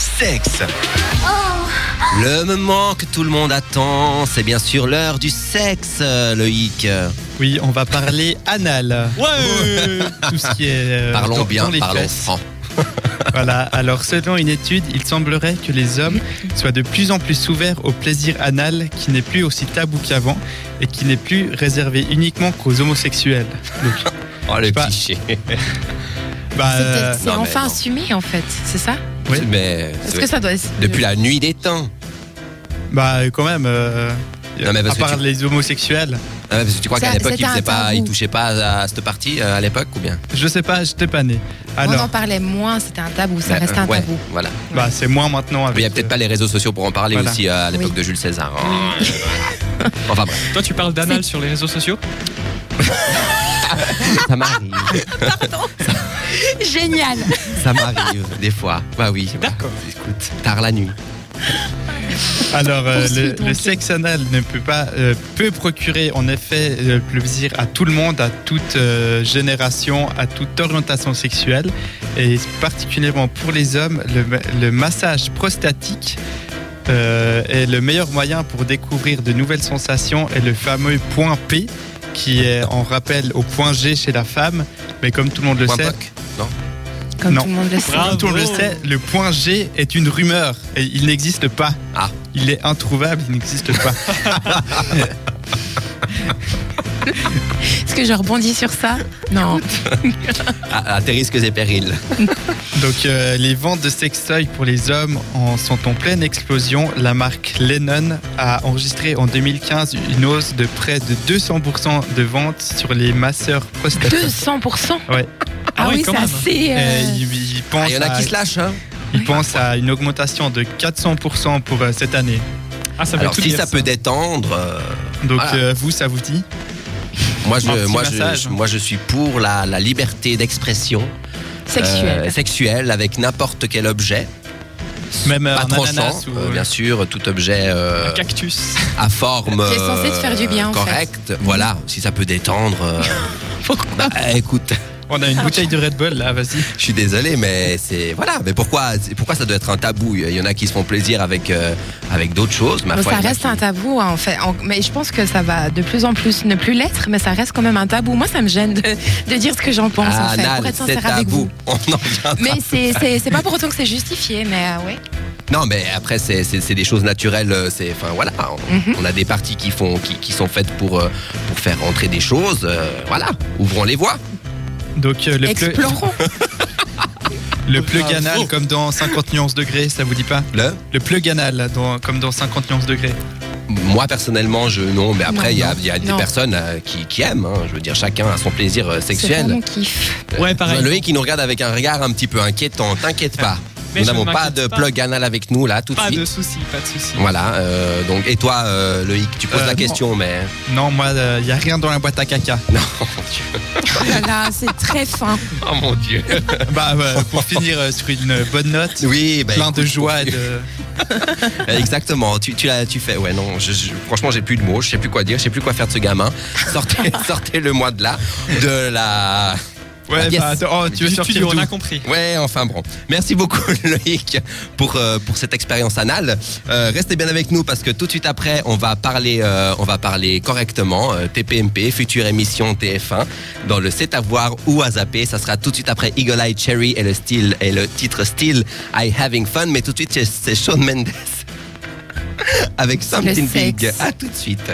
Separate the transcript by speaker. Speaker 1: sexe. Le moment que tout le monde attend, c'est bien sûr l'heure du sexe, euh, Loïc.
Speaker 2: Oui, on va parler anal. Ouais Tout ce qui est. euh,
Speaker 1: Parlons
Speaker 2: dans-
Speaker 1: bien,
Speaker 2: dans les
Speaker 1: parlons
Speaker 2: fesses.
Speaker 1: franc.
Speaker 2: Voilà, alors selon une étude, il semblerait que les hommes soient de plus en plus ouverts au plaisir anal qui n'est plus aussi tabou qu'avant et qui n'est plus réservé uniquement qu'aux homosexuels. Donc,
Speaker 1: Oh, le
Speaker 2: sais pas.
Speaker 1: cliché.
Speaker 2: bah,
Speaker 3: C'est
Speaker 2: euh,
Speaker 3: peut-être- c'est
Speaker 1: non, mais
Speaker 3: enfin
Speaker 1: non.
Speaker 3: assumé en fait, c'est ça
Speaker 2: Oui.
Speaker 1: Mais
Speaker 3: Est-ce que ça doit
Speaker 1: depuis la nuit des temps. Hein,
Speaker 2: bah, quand même. euh,
Speaker 1: Non, mais parce
Speaker 2: à
Speaker 1: que
Speaker 2: part
Speaker 1: tu-
Speaker 2: les homosexuels,
Speaker 1: Ah, parce que tu crois
Speaker 3: Ça,
Speaker 1: qu'à l'époque,
Speaker 3: c'était
Speaker 1: ils faisaient
Speaker 3: un
Speaker 1: pas,
Speaker 3: tabou.
Speaker 1: ils touchaient pas à cette partie euh, à l'époque ou bien
Speaker 2: je sais pas, j'étais pas né.
Speaker 3: On en
Speaker 2: Alors,
Speaker 3: parlait moins, c'était un tabou, ça
Speaker 1: Ouais,
Speaker 3: reste un
Speaker 1: Euh, ouais,
Speaker 3: tabou.
Speaker 1: Voilà.
Speaker 2: bah, c'est moins
Speaker 1: Mais il
Speaker 2: maintenant. Avec, euh,
Speaker 1: n'y a peut-être pas les réseaux sociaux pour en parler
Speaker 2: Voilà.
Speaker 1: aussi euh, à l'époque
Speaker 3: Oui.
Speaker 1: de Jules César. hein. enfin bref,
Speaker 4: Toi, tu parles d'anal sur les réseaux sociaux
Speaker 1: ça m'arrive.
Speaker 3: Génial
Speaker 1: ça m'arrive des fois. Bah oui. D'accord. Écoute, tard la nuit.
Speaker 2: Alors, euh,
Speaker 3: Poursuis
Speaker 2: le,
Speaker 3: donc.
Speaker 2: le sexe anal ne peut pas euh, peut procurer en effet euh, le plaisir à tout le monde, à toute euh, génération, à toute orientation sexuelle, et particulièrement pour les hommes, le, ma- le massage prostatique. euh, est le meilleur moyen pour découvrir de nouvelles sensations et le fameux point P qui est en rappel au point G chez la femme, mais comme tout le monde le
Speaker 1: Point
Speaker 2: sait,
Speaker 1: poc.
Speaker 3: Comme
Speaker 2: Non.
Speaker 3: tout le monde le sait.
Speaker 4: Bravo.
Speaker 2: tout le monde le sait, le point G est une rumeur et il n'existe pas.
Speaker 1: Ah.
Speaker 2: Il est introuvable, il n'existe pas.
Speaker 3: Est-ce que je rebondis sur ça Non.
Speaker 1: À, à tes risques et périls.
Speaker 2: Donc euh, les ventes de sextoys pour les hommes en sont en pleine explosion. La marque Lennon a enregistré en 2015 une hausse de près de 200% de ventes sur les masseurs prostatiques.
Speaker 3: 200%
Speaker 2: Ouais.
Speaker 3: Ah
Speaker 4: Ah oui,
Speaker 3: oui, c'est
Speaker 4: quand même.
Speaker 3: assez. euh,
Speaker 2: Et Ils ils
Speaker 1: Ah,
Speaker 2: pensent
Speaker 1: Il y en a
Speaker 2: à-
Speaker 1: qui se lâchent. Hein.
Speaker 2: ils pensent à une augmentation de 400% pour euh, cette année.
Speaker 4: Ah, ça veut
Speaker 1: Alors
Speaker 4: tout
Speaker 1: si
Speaker 4: dire,
Speaker 1: ça peut détendre, euh,
Speaker 2: Donc
Speaker 1: Voilà.
Speaker 2: euh, vous, ça vous dit
Speaker 1: moi je,
Speaker 2: Un petit
Speaker 1: moi, je,
Speaker 2: massage.
Speaker 1: moi je suis pour la, la liberté d'expression euh,
Speaker 3: Sexuel.
Speaker 1: sexuelle avec n'importe quel objet.
Speaker 2: Même euh,
Speaker 1: Pas
Speaker 2: un
Speaker 1: tranchant,
Speaker 2: ananas ou...
Speaker 1: euh, bien sûr, tout objet euh,
Speaker 4: Un cactus.
Speaker 1: à forme
Speaker 3: Qui est censé te faire du bien, en fait.
Speaker 1: correcte. Voilà, si ça peut détendre. euh, bah, écoute,
Speaker 2: On a une bouteille de Red Bull là, vas-y.
Speaker 1: je suis désolé, mais c'est voilà. Mais pourquoi, c'est- pourquoi ça doit être un tabou Il y en a qui se font plaisir avec euh, avec d'autres choses. ma
Speaker 3: Bon,
Speaker 1: foi,
Speaker 3: ça
Speaker 1: il y en a
Speaker 3: reste
Speaker 1: qui-
Speaker 3: un tabou hein, en fait, En- mais je pense que ça va de plus en plus ne plus l'être, mais ça reste quand même un tabou. Moi, ça me gêne de, de dire ce que j'en pense en fait,
Speaker 1: Anal,
Speaker 3: pour être
Speaker 1: Ah, c'est
Speaker 3: sincère avec
Speaker 1: tabou.
Speaker 3: vous.
Speaker 1: On en vient.
Speaker 3: Mais c'est- c'est c'est pas pour autant que c'est justifié, mais euh, ouais.
Speaker 1: Non, mais après c'est c'est- c'est des choses naturelles. euh, C'est enfin voilà. On,
Speaker 3: Mhm.
Speaker 1: on a des parties qui font qui, qui sont faites pour euh, pour faire rentrer des choses. euh, voilà, ouvrons les voies.
Speaker 2: Donc euh, le, pleu,
Speaker 3: Explorons.
Speaker 2: le plug
Speaker 1: Ah,
Speaker 4: Bravo.
Speaker 2: anal comme dans 50 nuances degrés, ça vous dit pas
Speaker 1: Le
Speaker 2: Le plug anal dans, comme dans 50 nuances degrés.
Speaker 1: Moi personnellement, je non, mais après
Speaker 3: Non,
Speaker 1: il y a, il y a des
Speaker 3: non.
Speaker 1: personnes euh, qui, qui aiment. hein. je veux dire, chacun a son plaisir euh,
Speaker 3: C'est pas
Speaker 1: sexuel.
Speaker 3: mon kiff.
Speaker 4: Ouais, pareil.
Speaker 1: Loïc qui nous regarde avec un regard un petit peu inquiétant. T'inquiète pas,
Speaker 4: Mais
Speaker 1: nous
Speaker 4: je
Speaker 1: n'avons
Speaker 4: ne
Speaker 1: pas
Speaker 4: m'inquiète
Speaker 1: de
Speaker 4: pas.
Speaker 1: plug anal avec nous là tout de
Speaker 4: Pas de
Speaker 1: suite.
Speaker 4: soucis, pas de soucis.
Speaker 1: Voilà. euh, donc et toi, euh, Loïc, tu poses
Speaker 2: Euh,
Speaker 1: la
Speaker 2: non.
Speaker 1: question, mais
Speaker 2: Non, moi, il n'y euh, a rien dans la boîte à caca.
Speaker 1: non. mon Dieu.
Speaker 3: Oh là là, c'est très fin.
Speaker 1: Oh mon dieu.
Speaker 2: bah, euh, pour finir euh, sur une bonne note,
Speaker 1: Oui, bah,
Speaker 2: plein de
Speaker 1: écoute,
Speaker 2: joie. et de-
Speaker 1: Euh, Exactement, tu, tu, l'as- tu fais. Ouais, non, je, je- franchement, j'ai plus de mots, je sais plus quoi dire, je sais plus quoi faire de ce gamin. Sortez, sortez le mois de là, de la.
Speaker 2: Ouais,
Speaker 1: yes.
Speaker 2: bah, attends, oh, tu veux
Speaker 4: Du
Speaker 2: sortir
Speaker 4: studio, on
Speaker 2: d'où
Speaker 4: a compris.
Speaker 1: Ouais, enfin bon. Merci beaucoup, Loïc, pour, euh, pour cette expérience anale. Euh, restez bien avec nous parce que tout de suite après, on va parler, euh, on va parler correctement. euh, TPMP, future émission TF1, dans le C'est à voir ou à zapper. Ça sera tout de suite après Eagle Eye Cherry et le, style, et le titre Still I Having Fun. Mais tout de suite, c'est- c'est Shawn Mendes avec Something Big.
Speaker 3: sexe.
Speaker 1: À tout de suite.